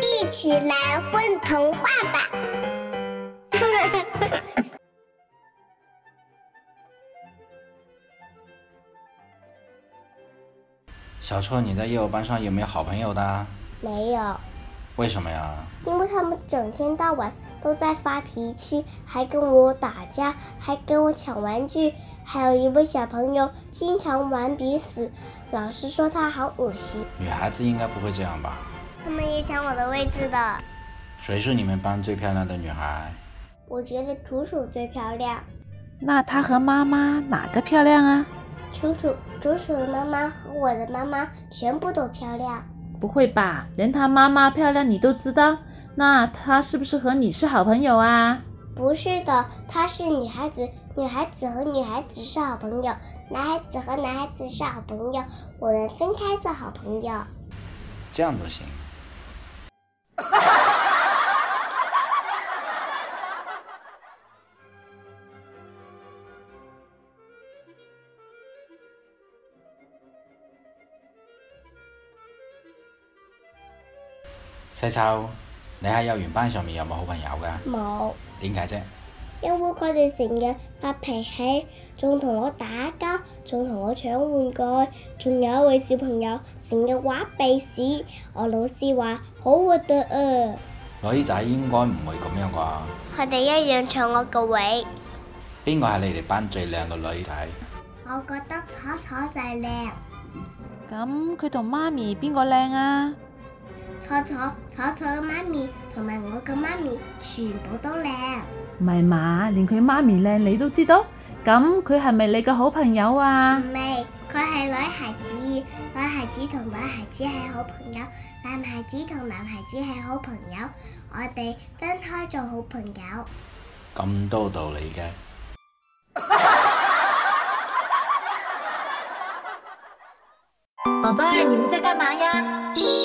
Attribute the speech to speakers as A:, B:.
A: 一起来混童话吧！
B: 小臭，你在业务班上有没有好朋友的啊？
A: 没有，
B: 为什么呀？
A: 因为他们整天到晚都在发脾气，还跟我打架，还跟我抢玩具。还有一位小朋友经常顽皮死，老师说他好恶心。
B: 女孩子应该不会这样吧？
A: 他们也抢我的位置的。
B: 谁是你们班最漂亮的女孩？
A: 我觉得楚楚最漂亮。
C: 那她和妈妈哪个漂亮啊？
A: 楚楚、楚楚的妈妈和我的妈妈全部都漂亮。
C: 不会吧，连她妈妈漂亮你都知道？那她是不是和你是好朋友啊？
A: 不是的，她是女孩子，女孩子和女孩子是好朋友，男孩子和男孩子是好朋友，我们分开做好朋友。
B: 这样都行。 細臭，你喺幼兒班上面有冇好朋友㗎？
A: 冇，
B: 點解啫？
A: 因為佢哋成日發脾氣，仲同我打交，仲同我搶玩具，仲有一位小朋友成日挖鼻屎，我老師話好核突啊！
B: 女仔應該唔會咁樣啩？
A: 佢哋一樣搶我個位。
B: 邊個係你哋班最靚嘅女仔？
A: 我覺得楚楚最靚，
C: 咁佢同媽咪邊個靚啊？
A: 楚楚楚楚嘅媽咪同埋我嘅媽咪全部都靚。
C: 唔係嘛，連佢媽咪靚你都知道？咁佢係咪你嘅好朋友啊？
A: 唔係，佢係女孩子，女孩子同女孩子係好朋友，男孩子同男孩子係好朋友，我哋分開做好朋友。
B: 咁多道理嘅。
D: 宝贝儿，你们在干嘛呀？嘘，